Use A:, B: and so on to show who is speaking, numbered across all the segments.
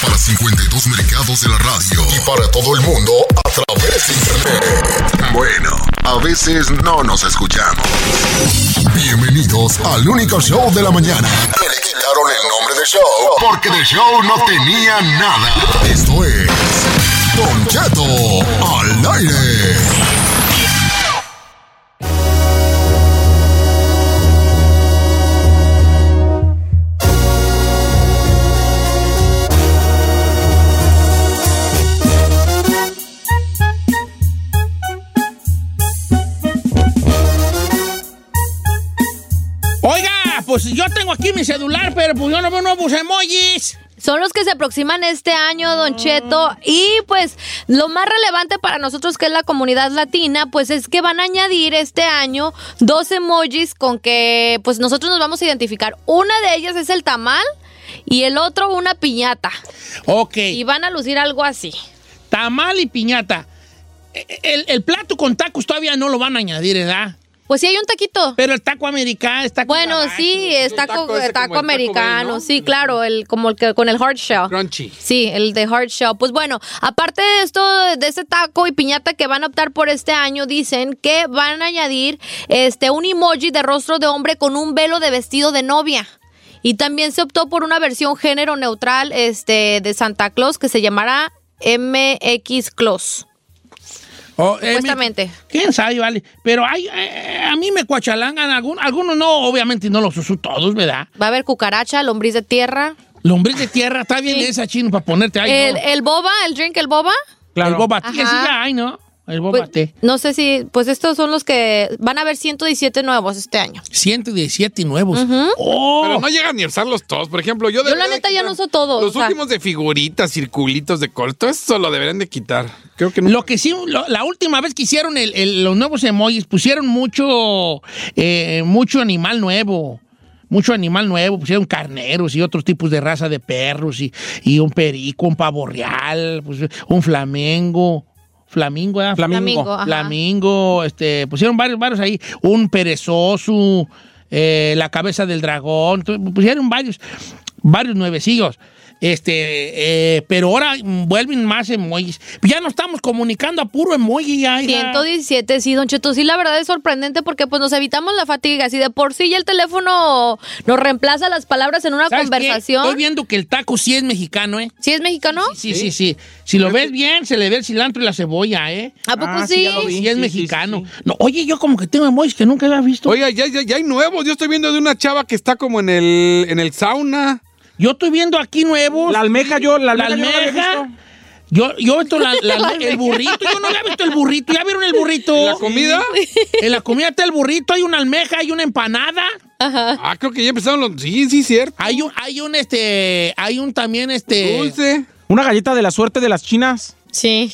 A: Para 52 mercados de la radio y para todo el mundo a través de internet. Bueno, a veces no nos escuchamos. Bienvenidos al único show de la mañana. Me le quitaron el nombre de show porque de show no tenía nada. Esto es Don Cheto al aire.
B: Oiga, pues yo tengo aquí mi celular, pero pues yo no veo nuevos emojis.
C: Son los que se aproximan este año, Don Cheto. Y pues lo más relevante para nosotros que es la comunidad latina, pues es que van a añadir este año dos emojis con que pues nosotros nos vamos a identificar. Una de ellas es el tamal y el otro una piñata.
B: Ok,
C: Y van a lucir algo así.
B: tamal y piñata. E- El, el plato con tacos todavía no lo van a añadir, ¿verdad?
C: Pues sí hay un taquito.
B: Pero el taco americano está
C: Bueno, sí, es
D: taco
C: taco,
D: ese como el
C: taco
D: taco
C: americano,
D: Bell, ¿no?
C: sí, claro, el como el que con el hard shell.
D: Crunchy.
C: Sí, el de Hard Shell. Pues bueno, aparte de esto, de este taco y piñata que van a optar por este año, dicen que van a añadir este un emoji de rostro de hombre con un velo de vestido de novia. Y también se optó por una versión género neutral este, de Santa Claus que se llamará MX Claus.
B: Oh, eh, mi-
C: Supuestamente.
B: ¿Quién sabe, vale? Pero hay, eh, a mí me cuachalangan algún- algunos, no, obviamente no los uso todos, ¿verdad?
C: Va a haber cucaracha, lombriz de tierra.
B: Lombriz de tierra, está bien esa chino para ponerte ahí.
C: el,
B: ¿no?
C: el boba, el drink, el boba.
B: El boba tea,
C: Ajá.
B: sí ya hay, ¿no? El boba
C: Pues,
B: tea.
C: no sé si, pues estos son los que van a haber 117 nuevos este año.
B: 117 nuevos. ¡Oh!
D: Pero no llegan ni a usarlos todos. Por ejemplo, yo
C: Yo, la
D: debería de
C: neta, ya
D: quitar
C: no uso todos,
D: Los
C: o sea.
D: últimos de figuritas, circulitos de col, todo eso lo deberían de quitar. Creo que no.
B: Lo que sí, lo- la última vez que hicieron el- el- los nuevos emojis, pusieron mucho, eh, mucho animal nuevo. Mucho animal nuevo, pusieron carneros y otros tipos de raza de perros y, y un perico, un pavo real, pues, un flamengo. Flamingo, ¿eh?
C: Flamingo. Flamingo, ajá.
B: Flamingo, este, pusieron varios, varios ahí. Un perezoso, eh, la cabeza del dragón, tu- pusieron varios, varios nuevecillos. Este, eh, pero ahora mm, vuelven más emojis. Ya no estamos comunicando a puro emoji. Ya, hija.
C: 117, sí, Don Cheto, sí, la verdad es sorprendente porque pues nos evitamos la fatiga. Si de por sí ya el teléfono nos reemplaza las palabras en una
B: ¿Sabes qué? Estoy
C: conversación.
B: viendo que el taco sí es mexicano, ¿eh?
C: ¿Sí es mexicano?
B: Sí, sí, sí. Si lo ves bien, se le ve el cilantro y la cebolla, ¿eh?
C: ¿A poco Ah, sí?
B: Sí, es mexicano. No, oye, yo como que tengo emojis que nunca había visto.
D: Oiga, ya, ya, ya hay nuevos. Yo estoy viendo de una chava que está como en el, en el sauna.
B: Yo estoy viendo aquí nuevos.
E: La almeja yo, la
B: la
E: almeja, yo no la había
B: almeja.
E: visto.
B: Yo, yo esto, la- la- el burrito, yo no había visto el burrito. ¿Ya vieron el burrito?
D: ¿En la comida?
B: En la comida está el burrito, hay una almeja, hay una empanada,
D: Ah, creo que ya empezaron los. Sí, sí, cierto.
B: hay un, hay un este, hay un también este.
D: Dulce.
E: Una galleta de la suerte de las chinas.
C: Sí.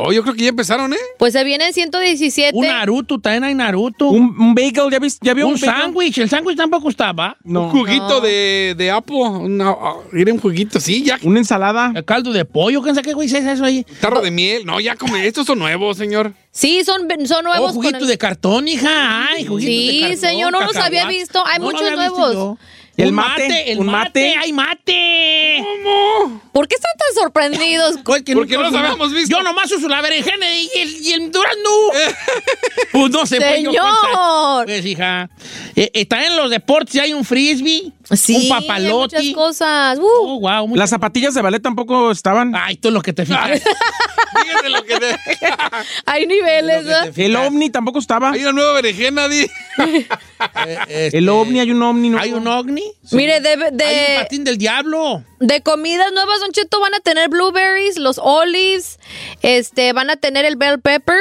D: Oh, yo creo que ya empezaron, ¿eh?
C: Pues se vienen 117.
B: Un Naruto, también hay Naruto. Un,
E: Un, un bagel, ¿ya, viste? ¿Ya vio un, bagel?
B: sándwich, el sándwich tampoco estaba.
D: Un
E: No.
D: juguito de, de Apo. Una, ah, era un juguito, sí, ya.
E: Una ensalada.
B: El caldo de pollo, ¿quién sabe qué güey es eso ahí?
D: Tarro de miel. No, ya come. Estos son nuevos, señor.
C: Sí, son, son nuevos.
B: Oh, juguito de cartón, hija. Ay, juguito
C: Sí,
B: de cartón,
C: señor, no los había
B: cacahuates.
C: visto. Hay muchos
B: había visto
C: nuevos.
B: yo.
E: Y el
B: un mate,
E: mate,
B: el
E: un mate.
B: mate, hay mate.
C: ¿Por qué están tan sorprendidos?
B: Pues que
D: Porque
B: nunca
D: no los
B: uso-
D: habíamos visto.
B: Yo nomás uso la berenjena y el, y el durazno. pues no sé. pues, yo
C: Señor.
B: pensaba- Pues, hija. Eh, está en los deportes, hay un frisbee, un
C: Sí, hay
B: papalote.
C: muchas cosas. Uh,
B: Oh, wow. muchas-
E: Las zapatillas de ballet tampoco estaban.
B: Ay, tú es lo que te fijas.
D: Fíjate lo que te-
C: hay niveles. ¿eh?
B: Lo que
C: ¿verdad?
B: te
E: el
B: fijas.
E: ovni tampoco estaba.
D: Hay una nueva berenjena, di.
B: Eh, este,
E: El ovni, hay un ovni. ¿no?
B: Hay un ovni.
C: Mire, de, de-
B: Hay un patín del diablo.
C: de comidas nuevas, Don Cheto, van a tener blueberries, los olives, este, van a tener el bell pepper,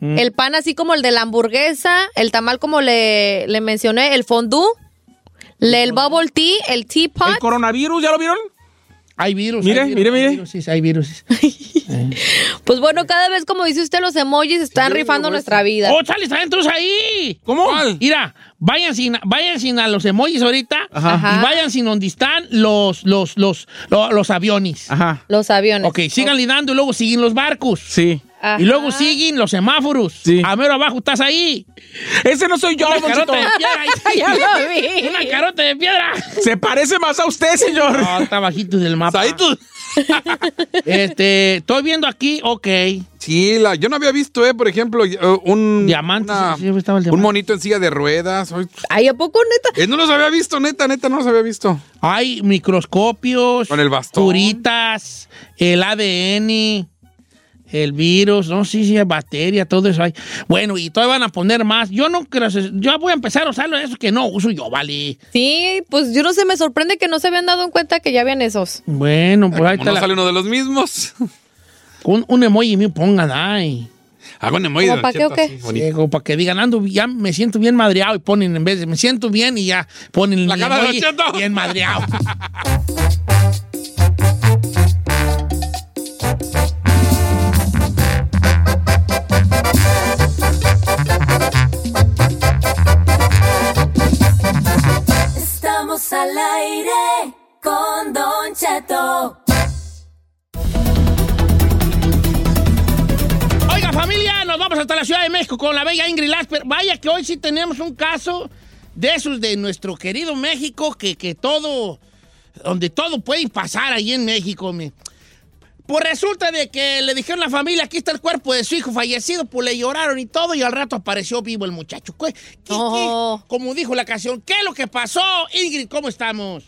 B: Mm.
C: el pan así como el de la hamburguesa, el tamal como le, le mencioné, el fondue, le- el bubble tea, el teapot.
E: El coronavirus, ¿ya lo vieron?
B: Hay virus.
E: Mire,
B: hay virus,
E: mire, mire.
B: Hay virus. Hay virus.
C: Pues bueno, cada vez como dice usted, los emojis están rifando nuestra vida.
B: ¡Oh, chale, están todos ahí!
E: ¿Cómo?
B: Mira, vayan sin, vayan sin a los emojis ahorita
C: Ajá.
B: y vayan sin donde están los, los, los, lo- los, aviones.
E: Ajá.
C: Los aviones.
B: Ok, sigan lidando y luego siguen los barcos.
E: Sí.
C: Ajá.
B: Y luego siguen los semáforos.
E: Sí.
B: A mero abajo estás ahí.
E: Ese no soy yo,
B: Una
E: Don Cheto.
B: carota de piedra. ahí.
C: Ya lo vi.
B: Una carota de piedra.
E: Se parece más a usted, señor.
B: No, está bajito del mapa.
D: Ahí tú-
B: Este, estoy viendo aquí, ok.
D: Sí, la- yo no había visto, eh, por ejemplo, eh, un.
B: Diamantes,
D: una-
B: sí, estaba el diamante.
D: un monito en silla de ruedas. Ay,
C: Ay, ¿a poco neta?
D: eh, no los había visto, neta, neta, no los había visto.
B: Hay microscopios,
D: Con el bastón.
B: curitas, el ADN, el virus, no sé si hay bacteria, todo eso hay. Bueno, y todavía van a poner más. Yo no creo, yo voy a empezar a usarlo, eso que no uso yo, vale.
C: Sí, pues yo no sé, me sorprende que no se habían dado en cuenta que ya habían esos.
B: Bueno, pues ahí
D: Como
B: está
D: no
B: la-
D: sale uno de los mismos.
B: un, un emoji me pongan, ay.
D: Hago un emoji
C: ¿Como
D: de
C: pa' qué o qué?
D: bonito.
B: para que digan, ando, ya me siento bien madreado y ponen en vez de me siento bien y ya ponen
D: La
B: el
D: cara de
B: emoji
D: Don Cheto.
B: bien madreado.
F: Estamos al aire con Don Cheto.
B: Oiga, familia, nos vamos hasta la Ciudad de México con la bella Ingrid Lasper. Vaya que hoy sí tenemos un caso de esos de nuestro querido México, que, que todo, donde todo puede pasar ahí en México. mi. Pues resulta de que le dijeron a la familia, aquí está el cuerpo de su hijo fallecido, pues le lloraron y todo, y al rato apareció vivo el muchacho. ¿Qué- qué- qué?
C: No.
B: Como dijo la canción, ¿qué es lo que pasó? Ingrid, ¿cómo estamos?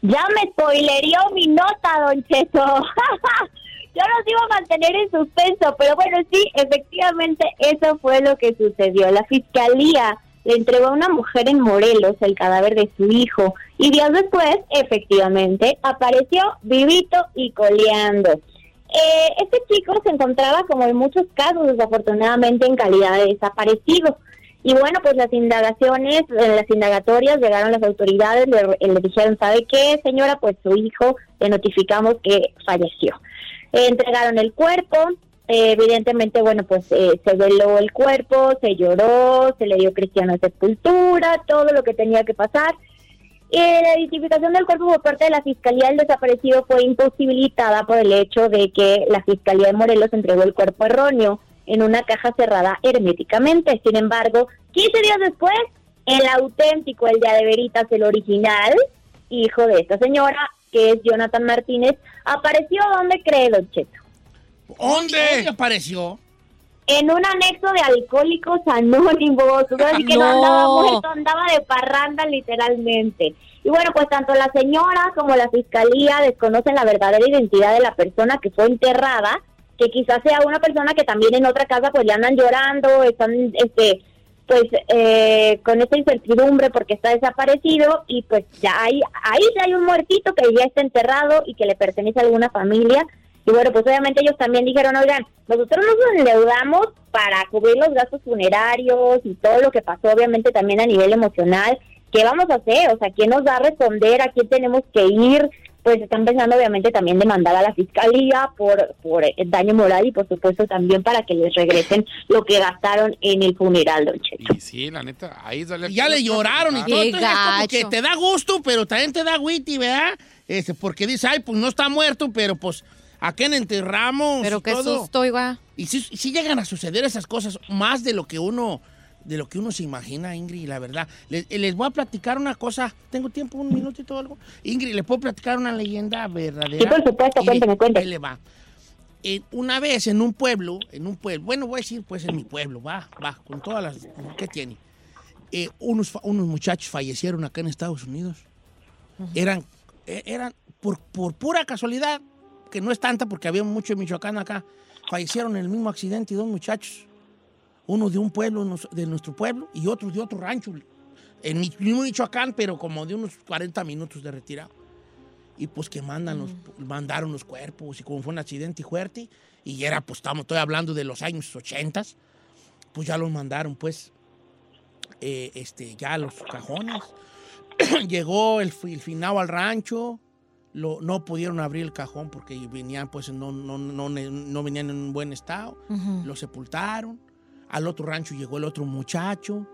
G: Ya me spoilerió mi nota, don Cheto. Yo los iba a mantener en suspenso, pero bueno, sí, efectivamente eso fue lo que sucedió. La fiscalía le entregó a una mujer en Morelos el cadáver de su hijo y días después, efectivamente, apareció vivito y coleando. Eh, este chico se encontraba, como en muchos casos, desafortunadamente en calidad de desaparecido. Y bueno, pues las indagaciones, eh, las indagatorias, llegaron las autoridades, le, eh, le dijeron, ¿sabe qué, señora? Pues su hijo, le notificamos que falleció. Eh, entregaron el cuerpo, eh, evidentemente, bueno, pues eh, se veló el cuerpo, se lloró, se le dio cristiana sepultura, todo lo que tenía que pasar. Eh, la identificación del cuerpo por parte de la Fiscalía del Desaparecido fue imposibilitada por el hecho de que la Fiscalía de Morelos entregó el cuerpo erróneo en una caja cerrada herméticamente. Sin embargo, 15 días después, el auténtico, el de a de veritas, el original, hijo de esta señora, que es Jonathan Martínez, apareció donde cree, Don Cheto.
B: ¿Dónde, dónde apareció?
G: En un anexo de alcohólicos anónimos, o sea, así que no.
C: No.
G: andaba muerto, andaba de parranda literalmente. Y bueno, pues tanto la señora como la fiscalía desconocen la verdadera identidad de la persona que fue enterrada, que quizás sea una persona que también en otra casa pues le andan llorando, están este pues eh, con esta incertidumbre porque está desaparecido y pues ya hay, ahí ya hay un muertito que ya está enterrado y que le pertenece a alguna familia. Y bueno, pues obviamente ellos también dijeron, oigan, nosotros nos endeudamos para cubrir los gastos funerarios y todo lo que pasó obviamente también a nivel emocional. ¿Qué vamos a hacer? O sea, ¿quién nos va a responder? ¿A quién tenemos que ir? Pues están pensando obviamente también demandar a la fiscalía por, por eh, daño moral y por supuesto también para que les regresen lo que gastaron en el funeral, don Cheto.
D: Y sí, la neta, ahí sale.
B: Y ya le lloraron y todo.
C: Qué
B: Entonces, es como que
C: gacho.
B: te da gusto, pero también te da witty, ¿verdad? Este, porque dice, ay, pues no está muerto, pero pues Acá en enterramos.
C: Pero
B: y
C: qué
B: todo.
C: susto, oiga.
B: Y sí, sí llegan a suceder esas cosas más de lo que uno de lo que uno se imagina, Ingrid, la verdad. Les, les voy a platicar una cosa. ¿Tengo tiempo? ¿Un minutito o algo? Ingrid, ¿le puedo platicar una leyenda verdadera?
G: Sí, por supuesto,
B: Mire,
G: cuénteme, cuénteme.
B: ahí le va. Eh, una vez en un pueblo, en un pueblo, bueno, voy a decir pues en mi pueblo, va, va, con todas las que tiene. Eh, unos, fa- unos muchachos fallecieron acá en Estados Unidos. Eran, eh, eran por, por pura casualidad, que no es tanta porque había mucho en Michoacán acá, fallecieron en el mismo accidente dos muchachos. Uno de un pueblo, nos- de nuestro pueblo, y otro de otro rancho. En mi- mismo Michoacán, pero como de unos 40 minutos de retirado. Y pues que mandan los- mandaron los cuerpos, y como fue un accidente fuerte, y era, pues estamos, estoy hablando de los años 80, pues ya los mandaron, pues, eh, este, ya a los cajones. Llegó el, fi- el finado al rancho, lo- no pudieron abrir el cajón porque venían, pues, no, no, no, no venían en un buen estado. Lo sepultaron. Al otro rancho llegó el otro muchacho.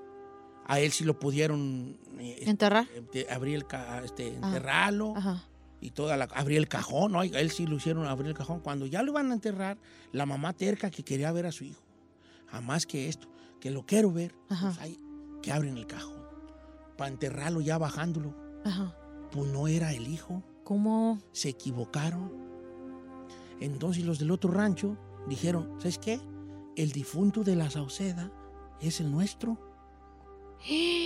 B: A él sí lo pudieron eh, este,
C: ¿Enterrar?
B: eh, de- abrir el ca- este,
C: Ah,
B: enterrarlo
C: Ajá.
B: y toda la abrir el cajón, oiga, él sí lo hicieron abrir el cajón. Cuando ya lo iban a enterrar, la mamá terca que quería ver a su hijo, jamás que esto, que lo quiero ver,
C: Ajá.
B: pues ahí, que abren el cajón para enterrarlo ya bajándolo.
C: Ajá.
B: Pues no era el hijo,
C: ¿Cómo?
B: se equivocaron. Entonces los del otro rancho dijeron, ¿sabes qué? El difunto de la Sauceda es el nuestro,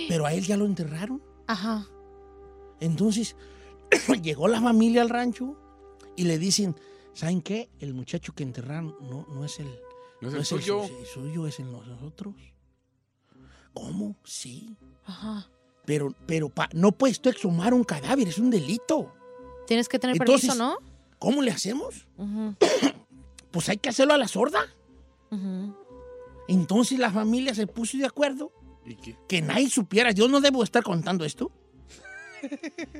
B: pero a él ya lo enterraron.
C: Ajá.
B: Entonces, llegó la familia al rancho y le dicen, ¿saben qué? El muchacho que enterraron no, no es el,
D: No es el
B: no
D: suyo".
B: su- suyo, es el nosotros. ¿Cómo? Sí.
C: Ajá.
B: Pero, pero pa- no puedes tú exhumar un cadáver, es un delito.
C: Tienes que tener
B: Entonces-
C: permiso, ¿no?
B: ¿Cómo le hacemos?
C: Ujú,
B: Pues hay que hacerlo a la sorda.
C: ujú.
B: Entonces la familia se puso de acuerdo
D: ¿Y qué?
B: que nadie supiera. Yo no debo estar contando esto.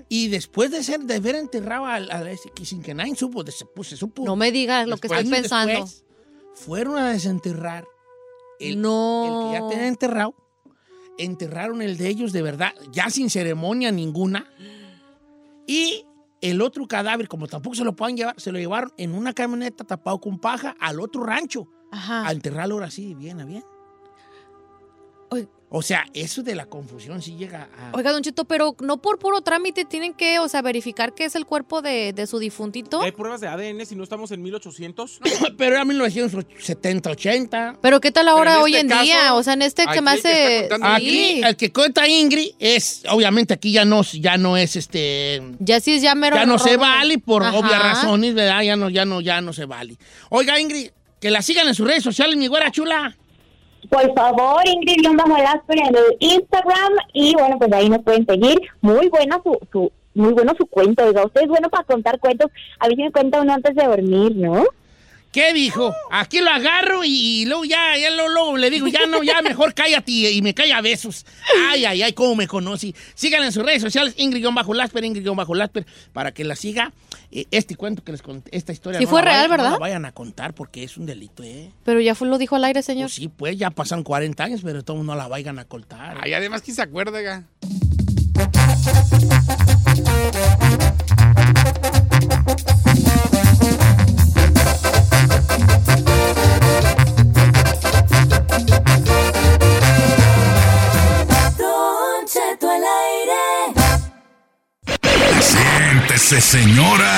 B: y después de ser de haber enterrado al, al- ese, que sin que nadie supo, de- se, pues, se supo.
C: No me digas lo que
B: Después-
C: estoy
B: años
C: pensando.
B: después, fueron a desenterrar el,
C: no.
B: el que ya tenía enterrado. Enterraron el de ellos de verdad, ya sin ceremonia ninguna. Y el otro cadáver, como tampoco se lo pueden llevar, se lo llevaron en una camioneta tapado con paja al otro rancho.
C: Ajá.
B: A enterrarlo ahora sí, bien a bien.
C: Oy-
B: O sea, eso de la confusión sí llega a...
C: Oiga, Don Cheto, pero no por puro trámite tienen que, o sea, verificar que es el cuerpo de, de su difuntito.
D: Eh,
E: Hay pruebas de ADN si no estamos en 1800.
B: Pero era 1970, 80.
C: Pero ¿qué tal ahora
D: Pero en
C: hoy
D: este
C: en
D: caso,
C: día? O sea, en este
D: aquí
C: que me
D: el que
C: hace...
D: está contando
B: Ah, Aquí,
C: Sí.
B: el que cuenta Ingrid es, obviamente aquí ya no, ya no es este...
C: Ya sí es ya mero...
B: ya no se
C: rojo.
B: vale por
C: Ajá.
B: obvias razones, ¿verdad? Ya no, ya no, ya no se vale. Oiga, Ingrid, que la sigan en sus redes sociales, mi güera chula.
G: Por favor, Ingrid Guión Bajo Lásper en el Instagram. Y bueno, pues ahí nos pueden seguir. Muy buena su, su muy bueno su cuento, oiga. Usted es bueno para contar cuentos. A veces me cuenta uno antes de dormir, ¿no?
B: ¿Qué dijo? Aquí lo agarro y, y luego ya, ya lo- luego le digo, ya no, ya mejor cállate y, y me calla a besos. Ay, ay, ay, cómo me conocí. Síganla en sus redes sociales, Ingrid-Lasper, Ingrid-Lasper, para que la siga. Eh, este cuento que les conté, esta historia.
C: Sí
B: no
C: fue
B: la vayan-
C: real, ¿verdad?
B: No la vayan a contar porque es un delito, ¿eh?
C: Pero ya fue, lo dijo al aire, señor.
B: Pues sí, pues ya pasan 40 años, pero todos no la vayan a contar.
D: Ay, además, ¿quién se acuerda, oiga?
F: Don Cheto al aire.
H: Siéntese, señora,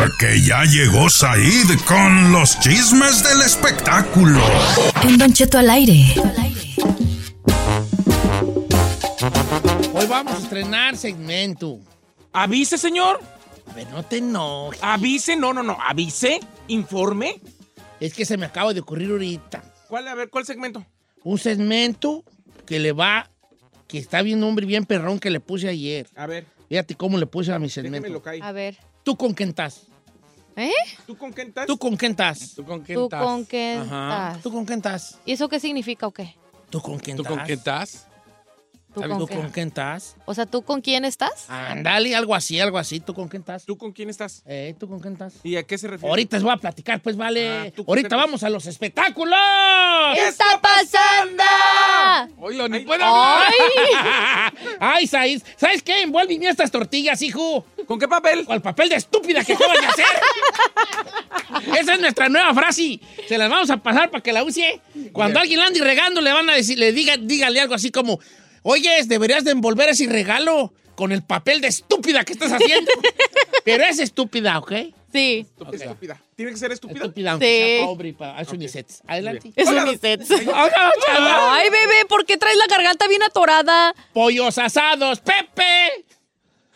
H: porque ya llegó Said con los chismes del espectáculo.
I: En Don Cheto al aire.
B: Hoy vamos a estrenar segmento.
E: Avise, señor.
B: A ver, no te enojes.
E: Avise, no, no, no. Avise, informe.
B: Es que se me acaba de ocurrir ahorita.
E: ¿Cuál, a ver, cuál segmento?
B: Un segmento que le va, que está bien hombre, bien perrón que le puse ayer.
E: A ver,
B: Fíjate cómo le puse a mi
E: déjeme lo
B: segmento.
E: caí.
C: A ver.
B: ¿Tú con quién estás?
C: ¿Eh?
E: ¿Tú con quién estás?
B: ¿Tú con quién estás?
D: ¿Tú con quién
C: ¿Tú
D: estás?
C: con qué
B: Ajá.
C: estás?
B: ¿Tú con quién estás?
C: ¿Y eso qué significa o qué?
B: ¿Tú con quién
D: ¿Tú
B: estás?
D: con quién estás?
C: ¿Tú
B: ¿Tú
C: con qué?
B: con quién estás?
C: O sea, ¿tú con quién estás?
B: Ándale, algo así, algo así. ¿Tú con quién estás?
E: ¿Tú con quién estás?
B: Eh, ¿Tú con quién estás?
E: ¿Y a qué se refiere?
B: Ahorita les voy a platicar, pues
E: Ah,
B: vale.
E: ¿tú con
B: Ahorita
E: quién-
B: vamos a los espectáculos.
E: ¿Qué
C: está pasando?
D: Oilo, ni
E: Ay.
D: puedo hablar.
B: ¡Ay, Saiz! ¿Sabes qué? Envuelve bien estas tortillas, hijo. ¿Con qué papel? Con el papel de estúpida que acabas de hacer. Esa es nuestra nueva frase. Se las vamos a pasar para que la use. Cuando alguien la ande regando, le van a decir, le diga, dígale algo así como, oye, deberías de envolver ese regalo con el papel de estúpida que estás haciendo. Pero es estúpida, ¿ok?
C: Sí.
B: Estúpida. ¿Tiene que ser estúpida? Estúpida,
C: Sí.
B: aunque sea pobre. y pa- Es unisets. Adelante.
C: Es
B: Hola,
C: unisets.
B: Hola, chava.
C: Ay, bebé, ¿por qué traes la garganta bien atorada?
B: Pollos asados, Pepe.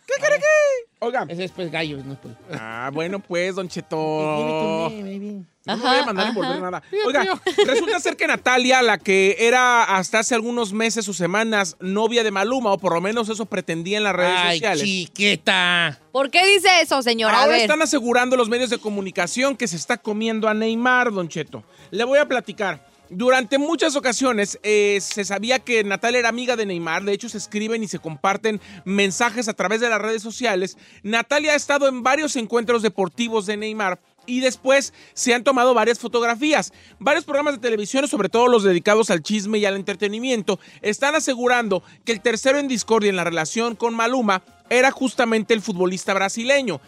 B: ¿Qué quiere qué? Oigan. Ese es pues gallos, no pues.
E: Ah, bueno, pues, don Cheto. No me
B: Ajá,
E: voy a mandar a
B: ajá.
E: envolver nada.
B: Fío,
E: Oiga,
B: fío.
E: resulta ser que Natalia, la que era hasta hace algunos meses o semanas novia de Maluma, o por lo menos eso pretendía en las redes
B: Ay,
E: sociales.
B: chiquita.
C: ¿Por qué dice eso, señora? A
E: Ahora
C: ver.
E: están asegurando los medios de comunicación que se está comiendo a Neymar, Don Cheto. Le voy a platicar. Durante muchas ocasiones eh, se sabía que Natalia era amiga de Neymar, de hecho se escriben y se comparten mensajes a través de las redes sociales. Natalia ha estado en varios encuentros deportivos de Neymar y después se han tomado varias fotografías. Varios programas de televisión, sobre todo los dedicados al chisme y al entretenimiento, están asegurando que el tercero en discordia en la relación con Maluma era justamente el futbolista brasileño.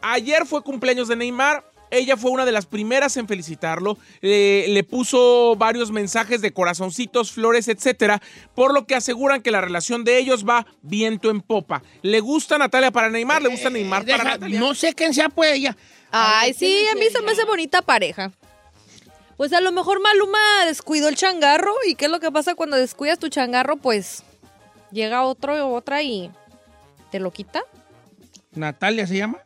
E: Ayer fue cumpleaños de Neymar. Ella fue una de las primeras en felicitarlo. Eh, Le, le puso varios mensajes de corazoncitos, flores, etcétera, por lo que aseguran que la relación de ellos va viento en popa. Le gusta Natalia para Neymar, le gusta Neymar para Natalia.
B: Eh, No sé quién sea, pues ella.
C: Ay, sí, a mí se me hace bonita pareja. Pues a lo mejor Maluma descuidó el changarro. ¿Y qué es lo que pasa cuando descuidas tu changarro? Pues llega otro o otra y te lo quita.
B: Natalia se llama.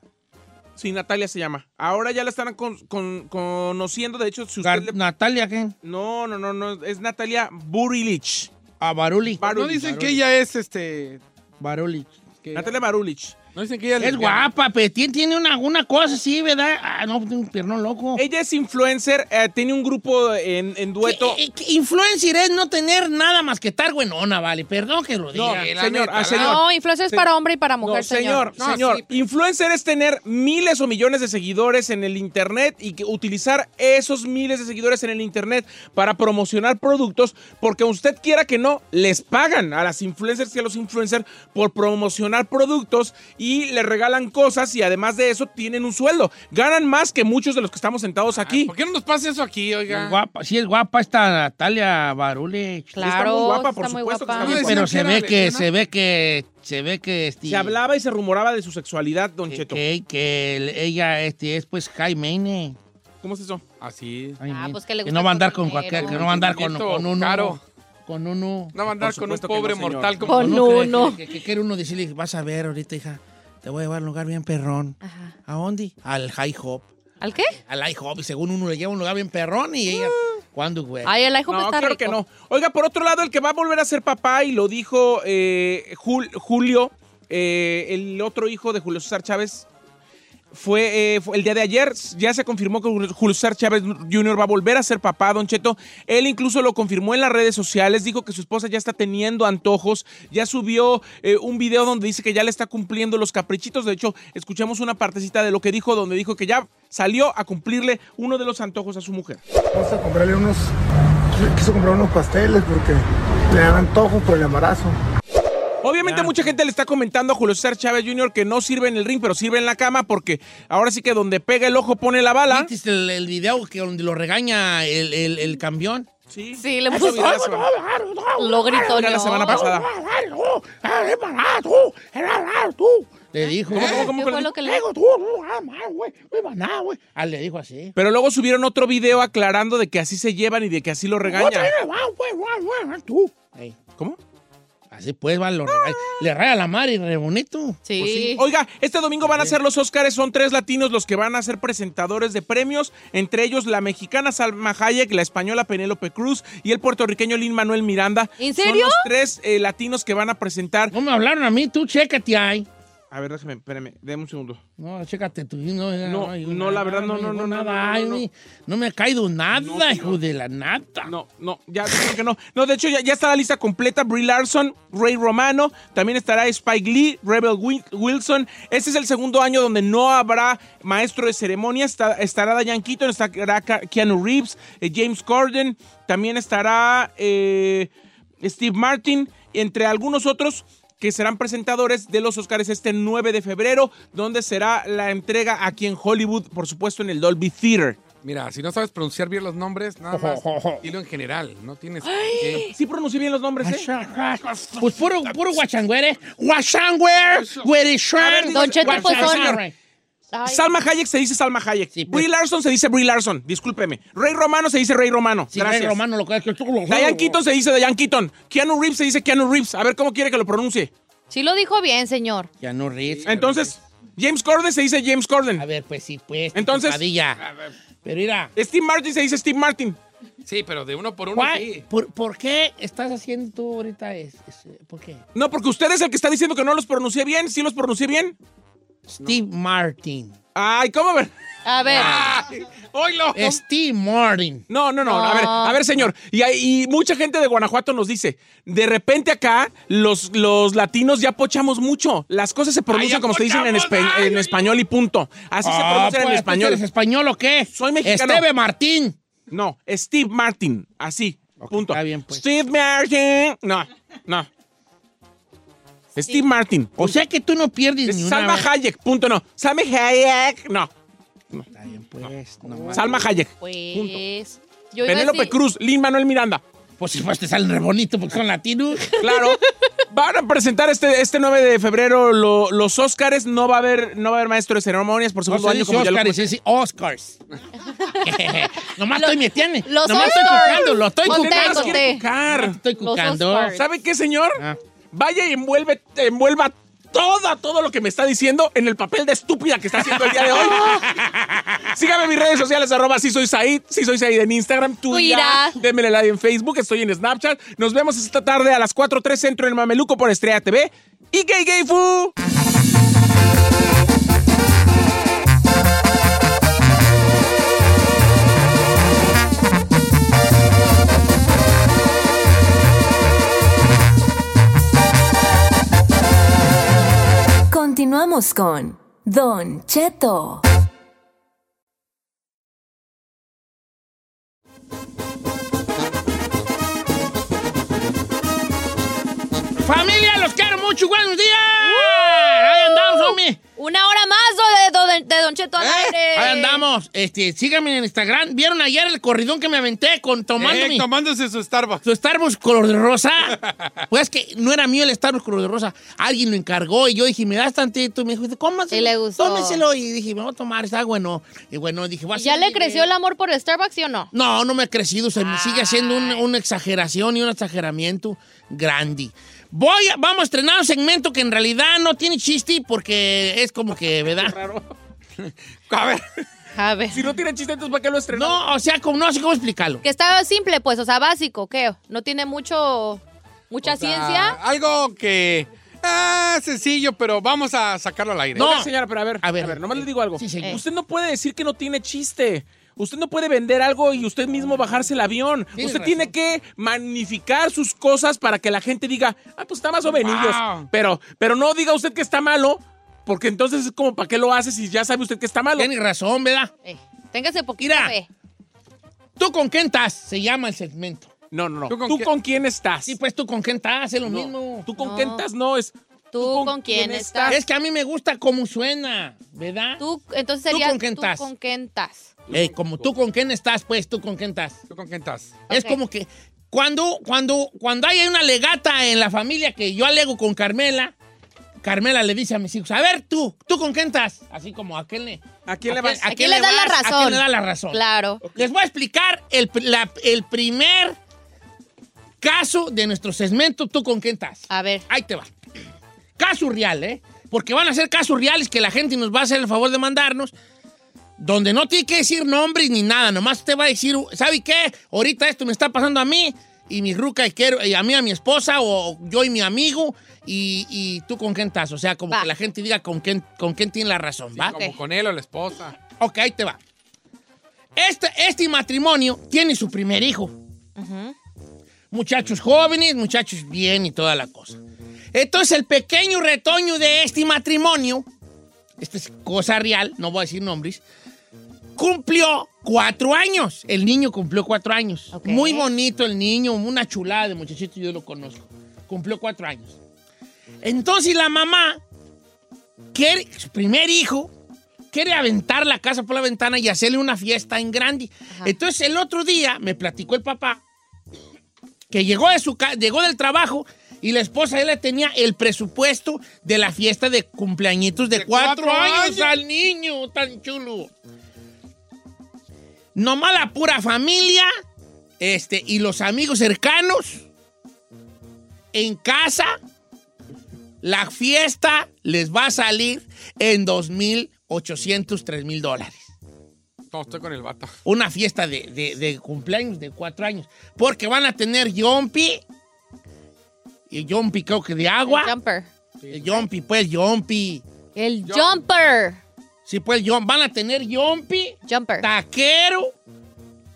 E: Sí, Natalia se llama. Ahora ya la están con- con- conociendo. De hecho, si usted
B: Gar-
E: le-
B: Natalia, ¿qué?
E: No, no, no, no. Es Natalia Burilich.
B: Ah, Baruli.
D: No dicen que ella es este.
B: Baruli.
E: Natalia Barulich.
D: No dicen que ella
B: Es guapa, pero tiene, tiene una, una cosa así, ¿verdad? Ah, no, tiene un piernón loco.
E: Ella es influencer, eh, tiene un grupo en, en dueto.
B: Eh, que Influencer es no tener nada más que estar buenona, vale. Perdón que lo diga.
E: No,
B: Eh, la
E: señor,
B: neta,
E: ah,
B: la-
E: señor.
C: No, influencia es
E: Se-
C: para hombre y para
E: No,
C: mujer,
E: señor,
B: No,
E: señor.
B: sí,
E: Influencer es tener miles o millones de seguidores en el internet y que utilizar esos miles de seguidores en el internet para promocionar productos, porque usted quiera que no, les pagan a las influencers y a los influencers por promocionar productos y le regalan cosas y además de eso tienen un sueldo. Ganan más que muchos de los que estamos sentados
C: Ah,
E: aquí.
D: ¿Por qué no nos pasa eso aquí,
B: Es
D: oiga?
B: guapa, sí es guapa esta Natalia Baruli.
E: está muy
C: Claro,
E: guapa, por
C: está muy
E: supuesto que
C: guapa.
E: está muy
B: Pero
D: decían
B: se
D: que
B: ve
D: era
B: que,
D: lesbiana.
B: se ve que, se ve que... este,
E: Se hablaba y se rumoraba de su sexualidad, Don Cheto.
B: que, que el- ella este, es pues Jaime.
E: ¿Cómo es eso?
D: Así.
C: Ah, pues que le
B: Que
C: gusta
B: no va a andar
C: el
B: con
C: dinero.
B: cualquier, que no va a andar con, con uno.
D: Claro.
B: Con uno.
D: No va a andar
E: Por
D: con un
E: supuesto que
D: pobre
E: no, señor.
D: mortal como.
C: Con
B: No, que-
C: uno.
B: Que, que quiere uno decirle, vas a ver ahorita, hija, te voy a llevar a un lugar bien perrón.
C: Ajá.
B: ¿A dónde? Al high hop.
C: ¿Al qué?
B: Al high hop. Y según uno le lleva a un lugar bien perrón y ella, ¿cuándo, güey?
C: Ay, el hijo
E: No,
C: está
E: claro
C: rico.
E: que no. Oiga, por otro lado, el que va a volver a ser papá, y lo dijo eh, Jul- Julio, eh, el otro hijo de Julio César Chávez, fue, eh, fue el día de ayer, ya se confirmó que Julio César Chávez Jr. va a volver a ser papá, Don Cheto. Él incluso lo confirmó en las redes sociales, dijo que su esposa ya está teniendo antojos, ya subió eh, un video donde dice que ya le está cumpliendo los caprichitos. De hecho, escuchamos una partecita de lo que dijo, donde dijo que ya salió a cumplirle uno de los antojos a su mujer.
J: Vamos a comprarle unos. Quiso comprar unos pasteles porque le dan antojos por el embarazo.
E: Obviamente
B: Ya.
E: mucha gente le está comentando a Julio César Chávez Jr. que no sirve en el ring, pero sirve en la cama porque ahora sí que donde pega el ojo pone la bala.
B: ¿Viste el, el video que donde lo regaña el, el, el campeón?
E: Sí.
C: Sí, le
E: Eso
C: puso.
E: vi la semana-
C: Lo gritó.
E: la semana pasada.
C: ¿Eh?
B: Le dijo.
E: ¿Cómo, cómo,
C: ¿Qué
E: cómo?
C: fue ¿Eh? lo que le dijo?
B: Ah, le dijo así.
E: Pero luego subieron otro video aclarando de que así se llevan y de que así lo regañan.
B: Ey,
E: ¿Cómo?
B: Así pues, va, lo regaña. Le raya la madre y re bonito.
C: Sí.
E: Oiga, este domingo van a ser los Óscares, son tres latinos los que van a ser presentadores de premios, entre ellos la mexicana Salma Hayek, la española Penélope Cruz y el puertorriqueño Lin Manuel Miranda.
C: ¿En
E: Son
C: serio?
E: los tres eh, latinos que van a presentar.
B: No me hablaron a mí, tú chécate ahí.
E: A ver, déjame, espérame, déme un segundo.
B: No, chécate tú. No, ya,
E: No,
B: hay
E: no,
B: una-
E: la verdad, no, no,
B: llegó
E: no, no,
B: nada.
E: no, no,
B: Ay,
E: no.
B: ni- no me ha caído nada, hijo de la nata.
E: No, no, ya creo que no. No, de hecho, ya, ya está la lista completa. Brie Larson, Ray Romano, también estará Spike Lee, Rebel Wi- Wilson. Este es el segundo año donde no habrá maestro de ceremonia. Está- estará Diane Keaton, estará Ka- Keanu Reeves, eh, James Corden, también estará eh, Steve Martin, entre algunos otros. que serán presentadores de los Oscars este 9 de febrero, donde será la entrega aquí en Hollywood, por supuesto en el Dolby Theater.
D: Mira, si no sabes pronunciar bien los nombres, nada más dilo en general, no tienes que...
E: Sí pronuncié bien los nombres, ¿eh?
B: Pues puro, puro guachangüere. Guachangüere,
E: A ver,
B: guerishán.
E: Don Cheto, pues,
B: guachangüere.
E: señor. Salma Hayek se dice Salma Hayek. Brie Larson se dice Brie Larson. Discúlpeme. Rey Romano se dice Rey Romano.
B: Sí,
E: Gracias.
B: Rey Romano, Oh. lo que es que tú lo
E: Diane Keaton se dice Diane Keaton. Keanu Reeves se dice Keanu Reeves. A ver cómo quiere que lo pronuncie.
C: Sí lo dijo bien, señor.
B: Keanu Reeves.
E: Entonces, James Corden se dice James Corden. A
B: ver, pues sí, pues.
E: Entonces.
B: Padilla. Pero mira.
E: Steve Martin se dice Steve Martin.
D: Sí, pero de uno por uno
B: ¿Cuál-
D: sí.
B: ¿Por, por qué estás haciendo tú ahorita es, es- ¿Por qué?
E: No, porque usted es el que está diciendo que no los pronuncié bien. ¿Sí los pronuncié bien? Pues
B: Steve Martin.
E: Ay, ¿cómo ver?
C: A ver.
B: Ah.
E: ¡Oilo!
B: Steve Martin.
E: No, no, no. A ver, a ver, señor. Y, hay- y mucha gente de Guanajuato nos dice: de repente acá, los, los latinos ya pochamos mucho. Las cosas se pronuncian como se dicen en, espa- en español y punto. Así se
B: Ah,
E: pronuncian en
B: pues, ¿tú
E: español.
B: eres español o qué?
E: Soy mexicano.
B: Esteve Martín.
E: No, Steve Martin. Así. punto.
B: pues.
E: Steve Martin. No, no. Steve Martin.
B: O sea que tú no pierdes ni una.
E: Salma
B: vez.
E: Hayek. Punto. No. Salma Hayek. No.
B: Pues, no
E: no.
B: mames.
E: Salma Hayek.
C: Pues. Yo iba a
E: Penélope
C: decir-
E: Cruz. Lin Manuel Miranda.
B: Pues si te salen re bonito porque son latinos.
E: Claro. Van a presentar este, este 9 de febrero lo- los Óscares. No va a haber, no va a haber maestro de ceremonias por
B: No
D: Oh,
E: segundo
B: se
E: año
B: dice
E: como ya lo
B: Oscars, se dice Oscars. Nomás estoy metiendo.
C: los
B: Nomás estoy
C: Oscars.
B: cucando, lo estoy
C: Conté,
B: cucando.
C: conté.
E: Cucar.
B: Estoy cucando.
C: Oscars.
E: ¿Sabe qué, señor?
D: Ah.
E: Vaya y envuelve, envuelva todo, todo lo que me está diciendo en el papel de estúpida que está haciendo el día de hoy. Sígame en mis redes sociales, arroba si soy Said, si soy Said en Instagram, Twitter,
C: Twitter.
E: démele like en Facebook, estoy en Snapchat. Nos vemos esta tarde a las 4.3 Centro en Mameluco por Estrella TV y Gay Gay Fu.
F: Continuamos con Don Cheto.
B: Familia, los quiero mucho. Buenos días. Ahí andamos, hombre.
C: Una hora más de, de- de Don Cheto al aire.
B: Eh, Ahí andamos. Este, síganme en Instagram. ¿Vieron ayer el corridón que me aventé con tomando
D: Eh,
B: mi-
D: tomándose su Starbucks.
B: su Starbucks color de rosa? pues es que no era mío el Starbucks color de rosa. Alguien lo encargó y yo dije, ¿me das tantito? Y me dijo, cómaselo.
C: Y le gustó.
B: Tómeselo. Y dije, me voy a tomar. Está bueno. Y bueno, dije, voy a
C: ¿Y ¿Ya
B: hacerle
C: le creció el amor por Starbucks, sí o no?
B: No, no me ha crecido. Se me sigue haciendo un- una exageración y un exageramiento grande. Voy, a- vamos a estrenar un segmento que en realidad no tiene chiste porque es como que, ¿verdad?
E: A ver,
C: A ver.
E: si no tiene chiste, entonces ¿para qué lo estrenó?
B: No, o sea, como, no sé cómo explicarlo.
C: Que está simple, pues, o sea, básico, ¿qué? No tiene mucho. mucha ciencia.
D: Ah, algo que... Ah, sencillo, pero vamos a sacarlo al aire.
B: No.
E: Oiga, señora, pero a ver, a ver, nomás le digo algo.
B: Sí, señor.
E: Usted no puede decir que no tiene chiste. Usted no puede vender algo y usted mismo bajarse el avión.
B: Tienes
E: usted
B: razón.
E: tiene que magnificar sus cosas para que la gente diga, ah, pues está más o menos.
D: Wow.
E: Pero, pero no diga usted que está malo, porque entonces es como, ¿para qué lo hace si ya sabe usted que está malo?
B: Tiene razón, ¿verdad?
C: Eh, téngase poquito
B: Mira.
C: fe.
B: ¿Tú con quién estás? Se llama el segmento.
E: No, no, no.
D: ¿Tú
E: ¿Tú
D: con
E: con,
D: qué-
E: quién estás?
B: Sí, pues tú con quién estás, es lo
E: No,
B: mismo.
E: ¿Tú con
C: No.
E: quién estás? No, es...
C: ¿Tú con quién estás?
B: Es que a mí me gusta cómo suena, ¿verdad?
C: Tú, entonces sería.
B: con quién estás?
C: con quién estás?
B: Ey, como tú con quién estás, pues tú con quién estás.
D: ¿Tú con quién estás?
B: Es
C: Ok.
B: como que cuando, cuando, cuando hay una legata en la familia que yo alego con Carmela, Carmela le dice a mis hijos, a ver tú, ¿tú con quién estás? Así como a quién le...
E: ¿A quién le vas?
C: ¿A quién le da la
B: vas? ¿A
C: razón?
B: quién le da la razón?
C: Claro.
B: Les voy a explicar el, pr- la- el primer caso de nuestro segmento, ¿tú con quién estás?
C: A ver.
B: Ahí te va. Caso real, ¿eh? Porque van a ser casos reales que la gente nos va a hacer el favor de mandarnos, donde no tiene que decir nombres ni nada, nomás te va a decir, ¿sabe qué? Ahorita esto me está pasando a mí y mi ruca y, quiero, y a mí, a mi esposa, o yo y mi amigo, y, y tú con quién estás. O sea, como
C: Va.
B: que la gente diga con quién, con quién tiene la razón, ¿va?
D: Como con él o la esposa.
B: Ok, ahí te va. Este, este matrimonio tiene su primer hijo. Muchachos jóvenes, muchachos bien y toda la cosa. Entonces el pequeño retoño de este matrimonio, esta es cosa real, no voy a decir nombres, cumplió cuatro años. El niño cumplió cuatro años.
C: Ok.
B: Muy bonito el niño, una chulada de muchachito, yo lo conozco. Cumplió cuatro años. Entonces la mamá, quiere, su primer hijo, quiere aventar la casa por la ventana y hacerle una fiesta en grande. Entonces el otro día me platicó el papá que llegó, de su ca- llegó del trabajo y la esposa ya le tenía el presupuesto de la fiesta de cumpleañitos de, cuatro,
E: cuatro
B: años,
E: años.
B: al niño tan chulo. Nomás la pura familia este, y los amigos cercanos en casa. La fiesta les va a salir en 2.800, 3.000 dólares.
D: No, estoy con el vato.
B: Una fiesta de, de- de cumpleaños de cuatro años. Porque van a tener Yompi. Y Yompi creo que de agua.
C: jumper.
B: El Yompi, pues Yompi.
C: El jumper.
B: Sí, pues Yom- Van a tener Yompi.
C: Jumper.
B: Taquero.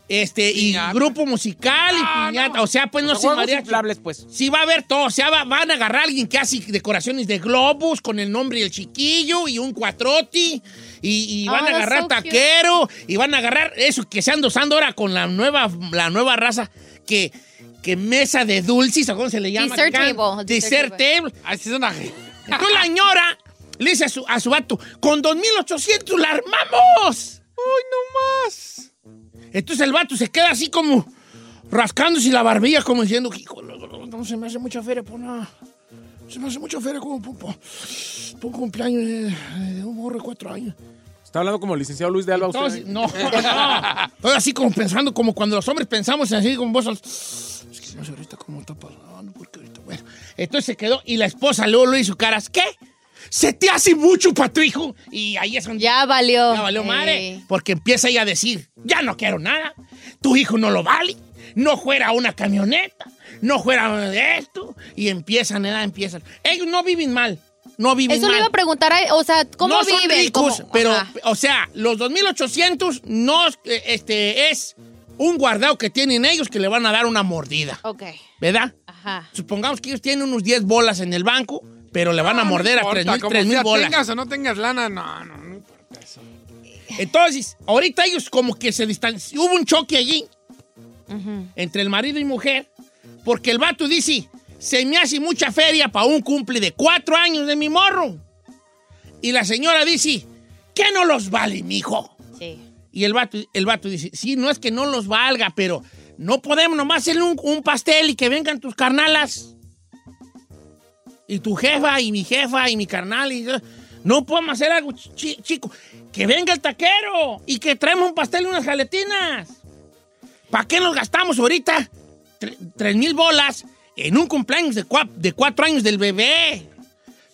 B: Este, y grupo musical y piñata. O sea, pues no
E: O sea,
B: sé,
E: juegos
B: María.
E: inflables, pues.
B: Sí, va a haber todo. O sea, va- van a agarrar a alguien que hace decoraciones de globos con el nombre del chiquillo y un cuatroti. Y, y van
E: Ah,
B: a
E: that's
B: agarrar
E: so cute.
B: taquero. Y van a agarrar eso que se anda usando ahora con la nueva, la nueva raza que. Que mesa de dulces, ¿o cómo se le llama?
C: Dessert
B: acá?
C: table, dessert
B: Dessert table. Así es una. Entonces la señora le dice a su, a su vato: ¡Con 2.800 la armamos! ¡Ay, no más! Entonces el vato se queda así como rascándose la barbilla, como diciendo: "Híjole, no se me hace mucha feria por nada. Se me hace mucha feria como por, por- por un cumpleaños de, de un morro de cuatro años.
E: Está hablando como el licenciado Luis de Alba. usted.
B: Entonces, no, no. Estoy así como pensando, como cuando los hombres pensamos así como vos. Es que se me hace ahorita como está pasando, porque ahorita, bueno. Entonces se quedó y la esposa luego le hizo caras. ¿Qué? Se te hace mucho para tu hijo. Y ahí es donde.
C: Ya eh. valió.
B: Ya valió
C: Sí.
B: madre. Porque empieza ella a decir: Ya no quiero nada. Tu hijo no lo vale. No fuera una camioneta. No fuera esto. Y empiezan, edad, empiezan. Ellos no viven mal. No viven
C: Eso
B: mal
C: le iba a preguntar, a- o sea, ¿cómo
B: no
C: viven?
B: son ricos,
C: ¿Cómo?
B: pero,
C: Ajá.
B: o sea, los 2.800 no, eh, este, es un guardado que tienen ellos que le van a dar una mordida,
C: Ok,
B: ¿verdad?
C: ajá.
B: Supongamos que ellos tienen unos 10 bolas en el banco, pero le van a morder a 3.000
D: Ah, Como
B: 3,000
D: sea,
B: bolas.
D: tengas o no tengas lana, no, no, no importa eso.
B: Entonces, ahorita ellos como que se distancian. Hubo un choque allí
C: Ujú.
B: entre el marido y mujer, porque el vato dice, se me hace mucha feria para un cumple de cuatro años de mi morro. Y la señora dice, ¿qué no los vale, mijo?
C: Sí.
B: Y el vato, el vato dice, sí, no es que no los valga, pero no podemos nomás hacerle un, un pastel y que vengan tus carnalas. Y tu jefa, y mi jefa, y mi carnal. Y yo. no podemos hacer algo chi- chico. Que venga el taquero y que traemos un pastel y unas jaletinas. ¿Para qué nos gastamos ahorita tre- tres mil bolas en un cumpleaños de, cua- de cuatro años del bebé?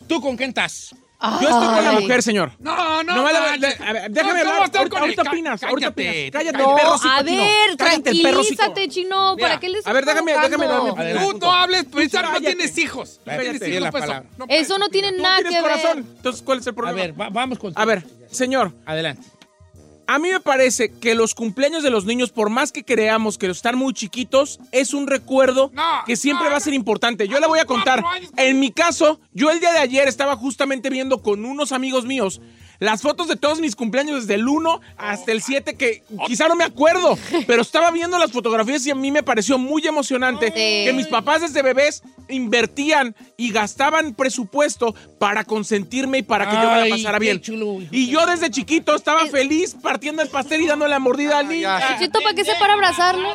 B: ¿Tú con quién estás?
E: Yo estoy con la mujer, señor.
D: No, no,
E: No me la-
D: manches.
E: a ver, déjame
D: No, ¿cómo
E: hablar.
D: estar
E: Ahorita-
D: con el
E: ahorita
D: ca-
E: opinas, ahorita
D: cállate,
E: opinas. Cállate,
D: cállate.
E: perro
C: a
E: psicotino.
C: ver,
E: Cállate, el perro psicotino.
C: tranquilízate, chino.
E: Mira,
C: ¿Para qué les
E: a ver, déjame-
C: están
E: déjame
C: provocando?
E: darme-
B: Adelante.
D: Tú no hables, tú no
E: cállate.
D: tienes hijos. No
B: Cállate,
D: tienes
B: di la
D: hijos, peso.
B: palabra.
D: No puedes.
C: Eso no tiene
E: Tú
C: nada que
E: tienes
C: ver.
E: corazón. Entonces, ¿cuál es el
B: A
E: problema?
B: ver, va- vamos con...
E: A ver, señor,
B: Adelante.
E: a mí me parece que los cumpleaños de los niños, por más que creamos que están muy chiquitos, es un recuerdo
D: No,
E: que siempre
D: no,
E: va a ser importante. Yo
D: a
E: le voy a
D: los
E: contar.
D: cuatro años.
E: En mi caso, yo el día de ayer estaba justamente viendo con unos amigos míos las fotos de todos mis cumpleaños desde el 1 hasta el 7, que quizá no me acuerdo, pero estaba viendo las fotografías y a mí me pareció muy emocionante
C: Sí.
E: que mis papás desde bebés invertían y gastaban presupuesto para consentirme y para que yo me
B: Ay,
E: la pasara
B: qué
E: bien.
B: chulo, hijo.
E: Y yo desde chiquito estaba feliz partiendo el pastel y dando la mordida al niño.
D: ya.
C: Chito, ¿para qué se para a abrazarlo?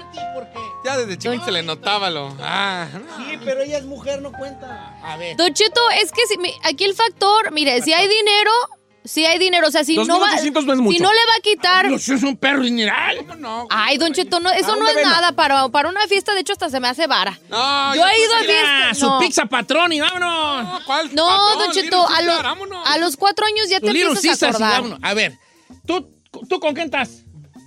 D: Ya desde chiquito se le notaba lo. Ah,
B: Sí, pero ella es mujer, no cuenta. A ver.
C: Don Cheto, es que si- mi- aquí el factor, mire, si hay dinero, si hay dinero, o sea, si no va,
E: 2,800 no es mucho.
C: si no le va a quitar.
B: Los es un perro dineral.
D: ¿cómo no?
C: Ay, Don Cheto, no, eso
E: ¿A
C: no
E: dónde
C: es
E: vendo?
C: nada para, para una fiesta, de hecho hasta se me hace vara.
D: No,
C: Yo
D: ya
C: he ido a
D: tú-
B: pues, Mira,
C: fiestas.
B: su
C: No.
B: pizza patrón y vámonos.
D: No, ¿cuál?
C: No,
D: Patrón,
C: Don
D: Little
C: Cheto, a,
D: Caesar,
C: lo-
D: vámonos.
C: a los cuatro años ya
B: Tu
C: te
B: Little
C: empiezas a
B: Sisters y
C: acordar.
B: vámonos. A ver, ¿tú, ¿tú con quién estás?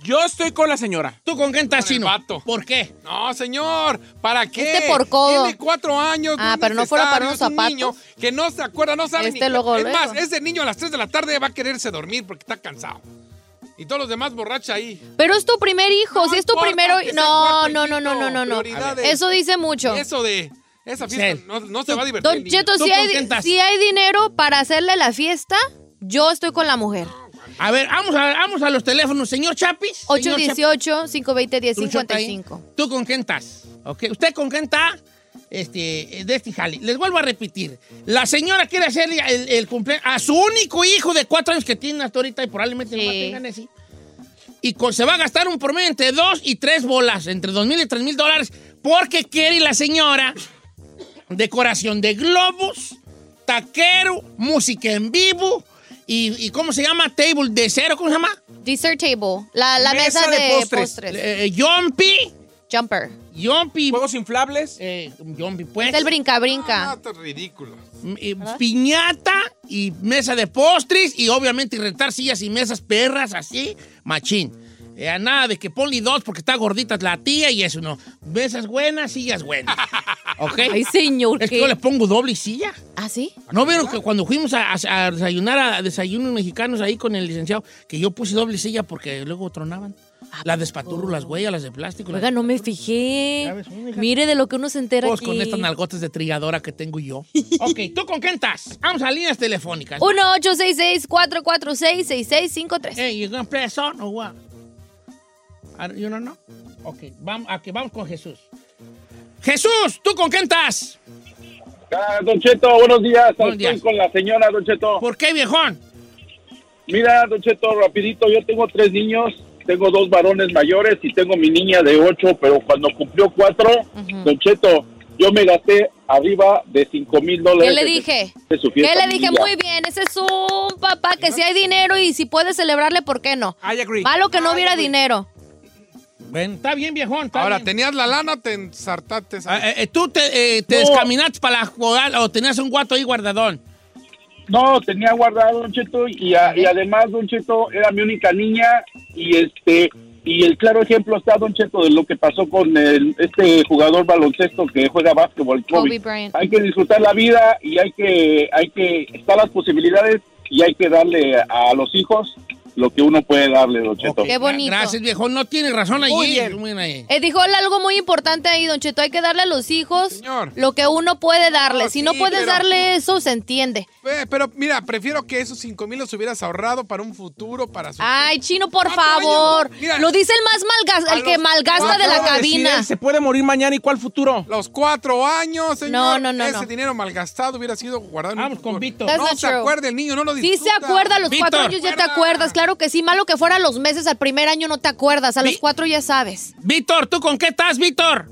E: Yo estoy con la señora.
B: ¿Tú con quién estás,
D: Con el
B: Chino?
D: vato.
B: ¿Por qué?
D: No, señor, ¿para qué?
C: Este por codo.
D: Tiene cuatro años.
C: Ah,
D: es
C: pero no fuera para
D: necesario, es
C: unos
D: un
C: zapatos.
D: niño que no se acuerda, no sabe
C: Este
D: ni.
C: luego,
D: es
C: luego.
D: más, ese niño a las 3 de la tarde va a quererse dormir porque está cansado. Y todos los demás borrachos ahí.
C: Pero es tu primer hijo, si es tu
D: importa,
C: primero...
D: que sea
C: No,
D: el cuarto
C: no, no, no,
D: hijito,
C: no, no, no.
D: prioridades.
C: Eso dice mucho.
D: Eso de. Esa fiesta
B: Giselle,
D: no, no se va a divertir. el
C: Don
D: niño.
C: Cheto,
B: ¿Tú
C: si
B: con
C: hay,
B: quién estás?
C: si hay dinero para hacerle la fiesta, yo estoy con la mujer.
B: A ver, vamos a, vamos a los teléfonos. Señor Chapis. señor Chapis,
C: 818-520-1055.
B: truchota ahí. ¿Tú con quién estás? Ok, ¿Usted con quién está? este, de este jale. Les vuelvo a repetir. La señora quiere hacer el, el cumpleaños a su único hijo de cuatro años que tiene hasta ahorita y probablemente no tengan así. Y con- se va a gastar un promedio entre dos y tres bolas, entre dos mil y tres mil dólares, porque quiere la señora decoración de globos, taquero, música en vivo y, y ¿cómo se llama? Table de cero, ¿cómo se llama?
C: Dessert table. La, la mesa, de, postres.
B: Eh, Jumpy.
C: Jumper.
B: Jumpy.
E: ¿Juegos inflables?
B: Eh, Jumpy, pues.
C: Es el brinca-brinca.
D: ridículo.
B: Eh, piñata y mesa de postres y obviamente rentar sillas y mesas perras así, machín. Eh, nada de que ponle dos porque está gordita la tía y eso no. Mesas buenas, sillas buenas. ¿Ok?
C: Ay, señor,
B: Es que
C: ¿qué?
B: yo les pongo doble silla.
C: ¿Ah, sí?
B: ¿No vieron que cuando fuimos a, a- a desayunar a desayunos mexicanos ahí con el licenciado, que yo puse doble silla porque luego tronaban? Las de espaturo, las huellas, las de plástico. las-
C: Oiga, no me fijé. Mire de lo que uno se entera
B: Pues
C: aquí.
B: con estas nalgotas de trilladora que tengo yo. ok, ¿tú con quién estás? Vamos a líneas telefónicas.
C: 1-866-446-6653.
B: Hey, you gonna play a song or what? Are- You don't know? Ok, vamos, aquí, vamos con Jesús. Jesús, ¿tú con quién estás?
K: Ah, Don Cheto, buenos días.
B: Buenos
K: Estoy
B: días.
K: con la señora, Don Cheto.
B: ¿Por qué, viejón?
K: Mira, Don Cheto, rapidito, yo tengo tres niños, tengo dos varones mayores y tengo mi niña de ocho, pero cuando cumplió cuatro, Don Cheto, yo me gasté arriba de cinco mil dólares.
C: ¿Qué le
K: en-
C: dije?
K: de su
C: ¿Qué
K: fiesta,
C: le
K: mi
C: dije?
K: niña.
C: Muy bien, ese es un papá que si hay dinero y si puede celebrarle, ¿por qué no?
E: I agree.
C: Malo que no
D: I
C: hubiera
D: agree.
C: dinero.
B: Ven, está bien, viejón. está
D: Ahora,
B: bien.
D: tenías la lana, te ensartaste. esa-
B: Ah, eh, eh, ¿Tú te, eh, te descaminaste para la jugada o tenías un guato ahí guardadón?
K: No, tenía guardado, Don Cheto, y, a- y además, Don Cheto, era mi única niña y este... Y el claro ejemplo está, Don Cheto, de lo que pasó con el- este jugador baloncesto que juega básquetbol, Kobe.
C: Kobe Bryant.
K: hay que disfrutar la vida y hay que hay que están las posibilidades y hay que darle a los hijos lo que uno puede darle, Don Cheto.
C: Qué bonito.
B: Gracias, viejón. No tienes razón allí.
E: Muy bien.
B: Muy bien ahí.
C: Eh, dijo algo muy importante ahí, Don Cheto. Hay que darle a los hijos
D: Señor.
C: lo que uno puede darle.
D: No,
C: si no
D: sí,
C: puedes
D: pero-
C: darle eso, se entiende.
D: Eh, pero mira, prefiero que esos cinco mil los hubieras ahorrado para un futuro, para su...
C: Ay, chino, por
D: Cuatro
C: favor.
D: años. Mira,
C: lo dice el más malgas,
D: a
C: el que
D: los
C: malgasta
D: cuatro
C: de la
E: Acaba de decir
C: cabina.
E: él, Se puede morir mañana y cuál futuro.
D: Los cuatro años, señor.
C: No, no, no,
D: Ese
C: no.
D: dinero malgastado hubiera sido guardado. en un
B: Vamos con
D: futuro.
B: Víctor.
C: That's
D: No
C: not
D: se
C: true.
D: acuerda el niño, no lo
C: Sí
D: disfruta.
C: se acuerda, a los
B: Víctor.
C: cuatro años ya te acuerdas, claro que sí, malo que fuera a los meses, al primer año no te acuerdas, a los
B: Vi-
C: cuatro ya sabes.
B: Víctor, ¿tú con qué estás, Víctor?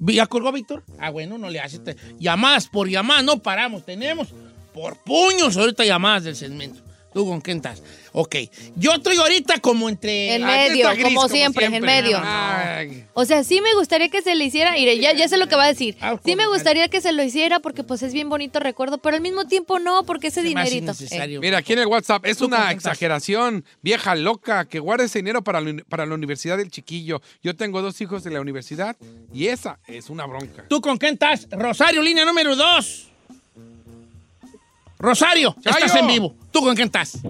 B: ¿Ya colgó Víctor? Ah, bueno, no le haces. te- Llamadas por llamadas, no paramos. Tenemos por puños ahorita llamadas del segmento. ¿Tú con quién estás? Ok. Yo estoy ahorita como entre.
C: En
B: Ah,
C: medio,
B: está gris,
C: como siempre, en medio.
D: Ay,
C: O sea, sí me gustaría que se le hiciera, mire, ya, ya sé lo que va a decir,
B: Ah,
C: sí me
B: con-
C: gustaría que se lo hiciera porque pues es bien bonito recuerdo, pero al mismo tiempo no, porque ese
B: Se me hace
C: dinerito. eh.
B: innecesario.
D: Mira, aquí en el WhatsApp es
B: ¿Tú
D: una
B: contestas?
D: exageración, vieja loca, que guarde ese dinero para la, uni- para la universidad del chiquillo. Yo tengo dos hijos de la universidad y esa es una bronca.
B: ¿Tú con quién estás? Rosario, línea número dos. Rosario,
D: Chayo.
B: estás en vivo. ¿Tú con quién estás?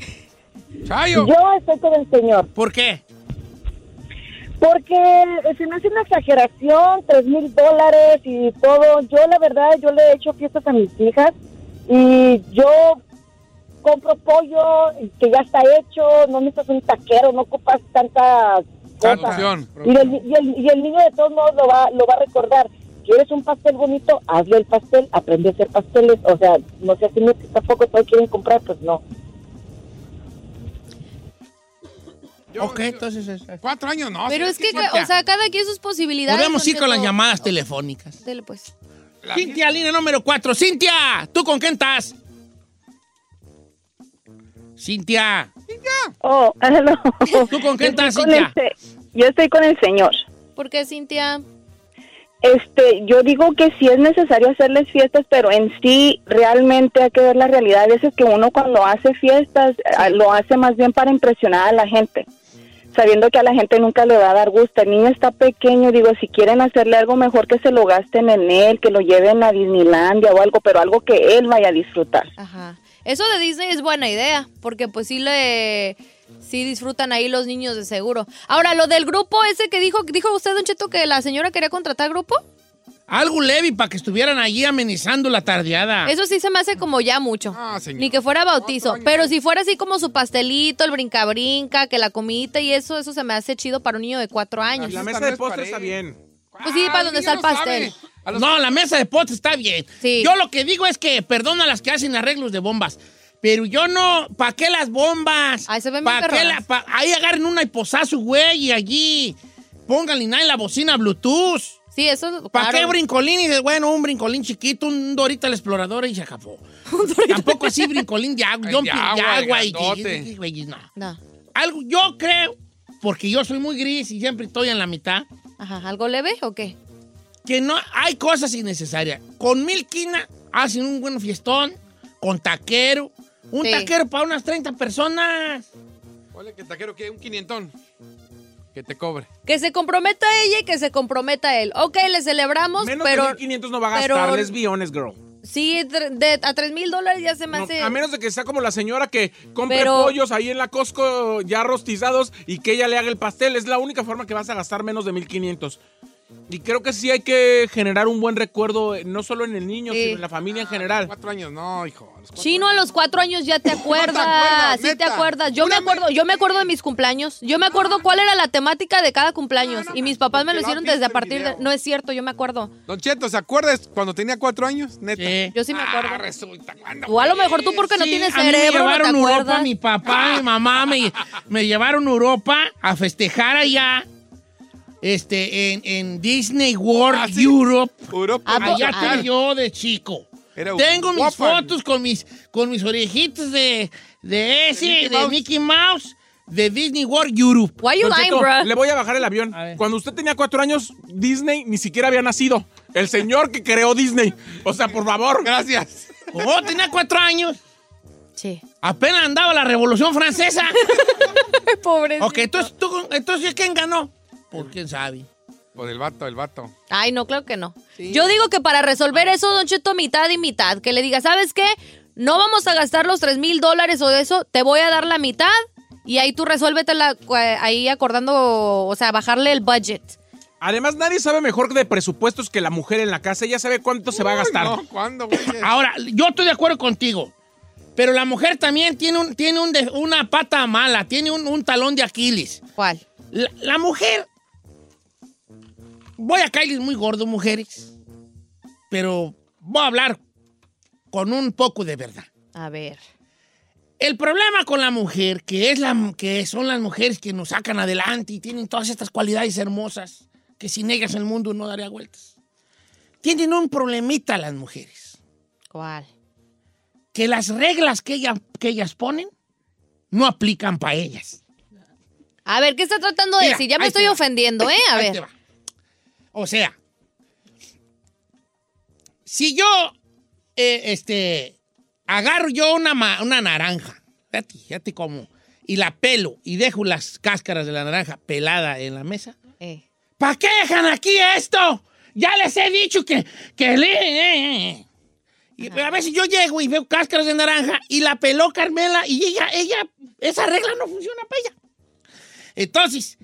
D: Chayo,
G: Yo estoy con el señor.
B: ¿Por qué?
G: Porque eh, se me hace una exageración, tres mil dólares y todo. Yo la verdad, yo le he hecho fiestas a mis hijas y yo compro pollo que ya está hecho, no necesitas un taquero, no ocupas tantas cosas.
D: Producción.
G: Y el, y el- y el niño de todos modos lo va, lo va a recordar. ¿Quieres un pastel bonito? Hazle el pastel, aprende a hacer pasteles. O sea, no sé si tampoco todos quieren comprar, pues no.
D: Yo-
B: ok,
D: yo-
B: entonces. es- es-
D: Cuatro años, no.
C: Pero
D: sí,
C: es que,
D: fuerte.
C: o sea, cada quien sus posibilidades.
B: Podemos ir
C: porque
B: con las
C: no-
B: llamadas telefónicas.
C: Dele, pues.
D: La-
B: Cintia, línea número 4. Cintia, ¿tú con quién estás? Cintia,
G: Oh, no.
B: ¿tú con quién estás, Cintia?
G: yo estoy con el señor.
C: ¿Por qué, Cintia?
G: Este, yo digo que sí es necesario hacerles fiestas, pero en sí realmente hay que ver la realidad. A veces que uno cuando hace fiestas eh, lo hace más bien para impresionar a la gente, sabiendo que a la gente nunca le va a dar gusto. El niño está pequeño, digo, si quieren hacerle algo mejor que se lo gasten en él, que lo lleven a Disneylandia o algo, pero algo que él vaya a disfrutar.
C: Ajá. Eso de Disney es buena idea, porque pues sí le sí disfrutan ahí los niños de seguro. Ahora, lo del grupo ese que dijo, dijo usted, Don Cheto, que la señora quería contratar grupo,
B: Algo leve para que estuvieran allí amenizando la
E: Ah.
B: tardeada.
C: eso sí se me hace como ya mucho.
D: Ah, señor.
C: Ni que fuera
D: Cuatro
C: bautizo,
D: años.
C: pero si fuera así como su pastelito, el brinca brinca, que la comidita y eso, eso se me hace chido para un niño de cuatro años.
E: La
D: Esta
E: mesa Ah,
D: no
E: de
D: es
E: postres está
D: pared.
E: bien.
C: Pues sí, para donde está el pastel.
B: No, la mesa de potes está bien. Yo lo que digo es que perdona a las que hacen arreglos de bombas. Pero yo no, ¿para qué las bombas? Ahí se ven ¿Para qué la- pa- Ahí agarren una y posazo, güey, y allí pónganle nada en la bocina Bluetooth.
C: Sí, eso.
B: ¿Para
C: claro.
B: qué brincolín? Y de, bueno, un brincolín chiquito, un Dorita la exploradora y se acabó. Tampoco así brincolín de agua, yo
D: Eh, de
B: de
D: agua,
B: agua y,
D: grandote.
B: y- y- y- no. Algo, yo creo, porque yo soy muy gris y siempre estoy en la mitad,
C: Ajá, ¿algo leve o qué?
B: que no hay cosas innecesarias. Con mil quina hacen un buen fiestón, con taquero, un
D: Sí.
B: taquero para unas 30 personas.
D: Ponle que el taquero que un quinientón. Que te cobre.
C: Que se comprometa ella y que se comprometa él. Ok, le celebramos,
E: Menos
C: pero.
E: de 1500 no va a
C: pero-
E: gastar, let's be honest, girl.
C: Sí, tre- de- a 3 mil dólares ya se me
E: No,
C: hace.
E: a menos de que está como la señora que compre
C: Pero-
E: pollos ahí en la Costco ya rostizados y que ella le haga el pastel. Es la única forma que vas a gastar menos de 1500. Y creo que sí hay que generar un buen recuerdo, eh, no solo en el niño,
C: Sí.
E: sino en la familia en general.
D: Cuatro años, no, hijo.
C: Chino, a los cuatro años ya te acuerdas.
D: acuerdas,
C: sí, te
D: neta.
C: acuerdas. Yo me acuerdo, yo me acuerdo de mis cumpleaños. Yo me acuerdo cuál era la temática de cada cumpleaños. y mis papás me lo hicieron desde a partir de. No es cierto, yo me acuerdo.
D: Don Cheto, ¿se acuerdas cuando tenía cuatro años? Neta.
C: Yo sí me acuerdo.
D: Ah, resulta,
C: o a lo mejor tú porque no
B: Sí,
C: tienes
B: a mí
C: cerebro,
B: me
C: no te
B: llevaron a Europa,
C: acuerdas.
B: mi papá, mi mamá me, me llevaron a Europa a festejar allá. Este, en, en Disney World
D: Ah,
B: Europe.
D: Europa.
G: pues,
B: Allá
D: Ah,
B: estoy yo de chico.
D: Era
B: pues, Tengo mis
D: guapa.
B: fotos con mis, con mis orejitas de, de ese,
E: Mickey
B: de
E: Mouse.
B: Mickey Mouse, de Disney World Europe.
E: Don Cheto, Le voy a bajar el avión. Cuando usted tenía cuatro años, Disney ni siquiera había nacido. El señor que creó Disney. O sea, por favor.
D: Gracias.
B: Oh, tenía cuatro años.
C: Sí.
B: Apenas andaba la Revolución Francesa.
C: Pobre.
B: Ok, entonces, tú, entonces ¿quién ganó? Por quién sabe.
D: Por el vato, el vato.
C: Ay, no, claro que no. Yo digo que para resolver eso, Don Cheto, mitad y mitad. Que le diga, ¿sabes qué? No vamos a gastar los 3 mil dólares o de eso, te voy a dar la mitad y ahí tú resuélvetela cu- ahí acordando, o sea, bajarle el budget.
E: Además, nadie sabe mejor de presupuestos que la mujer en la casa. Ella sabe cuánto se va a gastar.
D: ¿cuándo,
B: Ahora, yo estoy de acuerdo contigo. Pero la mujer también tiene, un, tiene un de- una pata mala, tiene un, un talón de Aquiles.
C: ¿Cuál?
B: La, la mujer. Voy a caerles muy gordo, mujeres. Pero voy a hablar con un poco de verdad.
C: A ver.
B: El problema con la mujer, que, es la, que son las mujeres que nos sacan adelante y tienen todas estas cualidades hermosas que sin ellas el mundo no daría vueltas. Tienen un problemita las mujeres.
C: ¿Cuál?
B: Que las reglas que, ella- que ellas ponen no aplican para ellas.
C: A ver, ¿qué está tratando de
B: Mira,
C: decir? Ya me
B: ahí te
C: estoy
B: va.
C: ofendiendo, ¿eh? A
B: Ahí
C: ver.
B: te va. O sea, si yo eh, este, agarro yo una, ma- una naranja, fíjate, fíjate cómo, y la pelo y dejo las cáscaras de la naranja pelada en la mesa,
C: Eh.
B: ¿para qué dejan aquí esto? Ya les he dicho que... que le- eh, eh, eh. Y a veces yo llego y veo cáscaras de naranja y la peló Carmela y ella, ella, esa regla no funciona para ella. Entonces,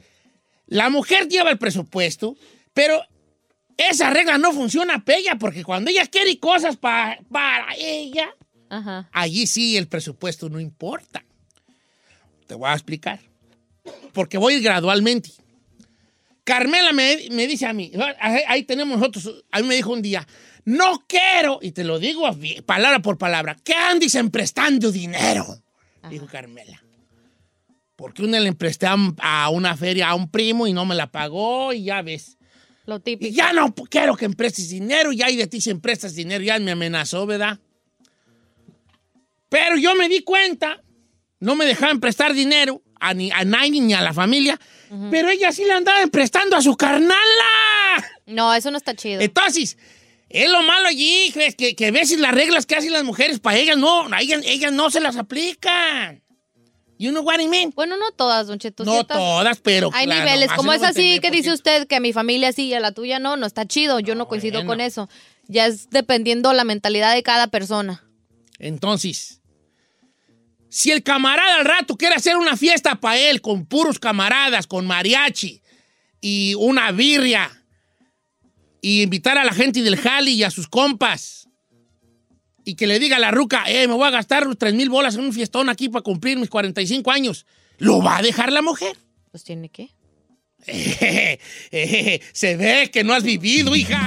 B: la mujer lleva el presupuesto, pero esa regla no funciona para ella porque cuando ella quiere cosas pa- para ella,
C: Ajá.
B: allí sí el presupuesto no importa. Te voy a explicar. Porque voy a ir gradualmente. Carmela me, me dice a mí, "Ah, ahí, ahí tenemos nosotros, a mí me dijo un día, no quiero, y te lo digo así, palabra por palabra, que andes emprestando dinero, dijo Carmela. Porque una le empresté a, un- a una feria a un primo y no me la pagó y ya ves.
C: Lo típico.
B: Y ya no p- quiero que emprestes dinero, ya y de ti si emprestas dinero, ya me amenazó, ¿verdad? Pero yo me di cuenta, no me dejaban prestar dinero a, ni, a nadie ni a la familia, pero ella sí le andaba prestando a su carnala.
C: No, eso no está chido.
B: Eh, Entonces, es lo malo allí, que, que, que a veces las reglas que hacen las mujeres para ellas no, a ellas, ellas no se las aplican. You know what I mean?
C: Bueno, no todas, Don Cheto.
B: No
C: ciertas-
B: todas, pero
C: Hay
B: claro,
C: niveles.
B: más
C: Como
B: se
C: es
B: lo
C: así
B: entendemos.
C: que dice usted que a mi familia sí y a la tuya no, no está chido. Yo no coincido con eso. Ya es dependiendo la mentalidad de cada persona.
B: Entonces, si el camarada al rato quiere hacer una fiesta para él con puros camaradas, con mariachi y una birria y invitar a la gente del jali y a sus compas y que le diga a la ruca, eh, me voy a gastar los 3 mil bolas en un fiestón aquí para cumplir mis 45 años, ¿lo va a dejar la mujer?
C: Pues tiene que.
B: Se ve que no has vivido, hija.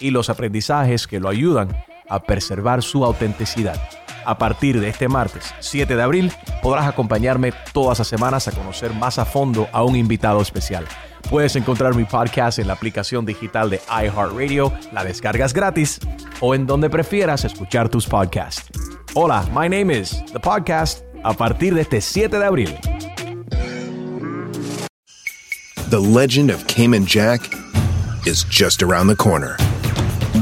L: y los aprendizajes que lo ayudan a preservar su autenticidad. A partir de este martes 7 de abril podrás acompañarme todas las semanas a conocer más a fondo a un invitado especial. Puedes encontrar mi podcast en la aplicación digital de iHeartRadio, la descargas gratis o en donde prefieras escuchar tus podcasts. Hola, my name is The Podcast a partir de este 7 de abril.
M: The legend of Cayman Jack is just around the corner.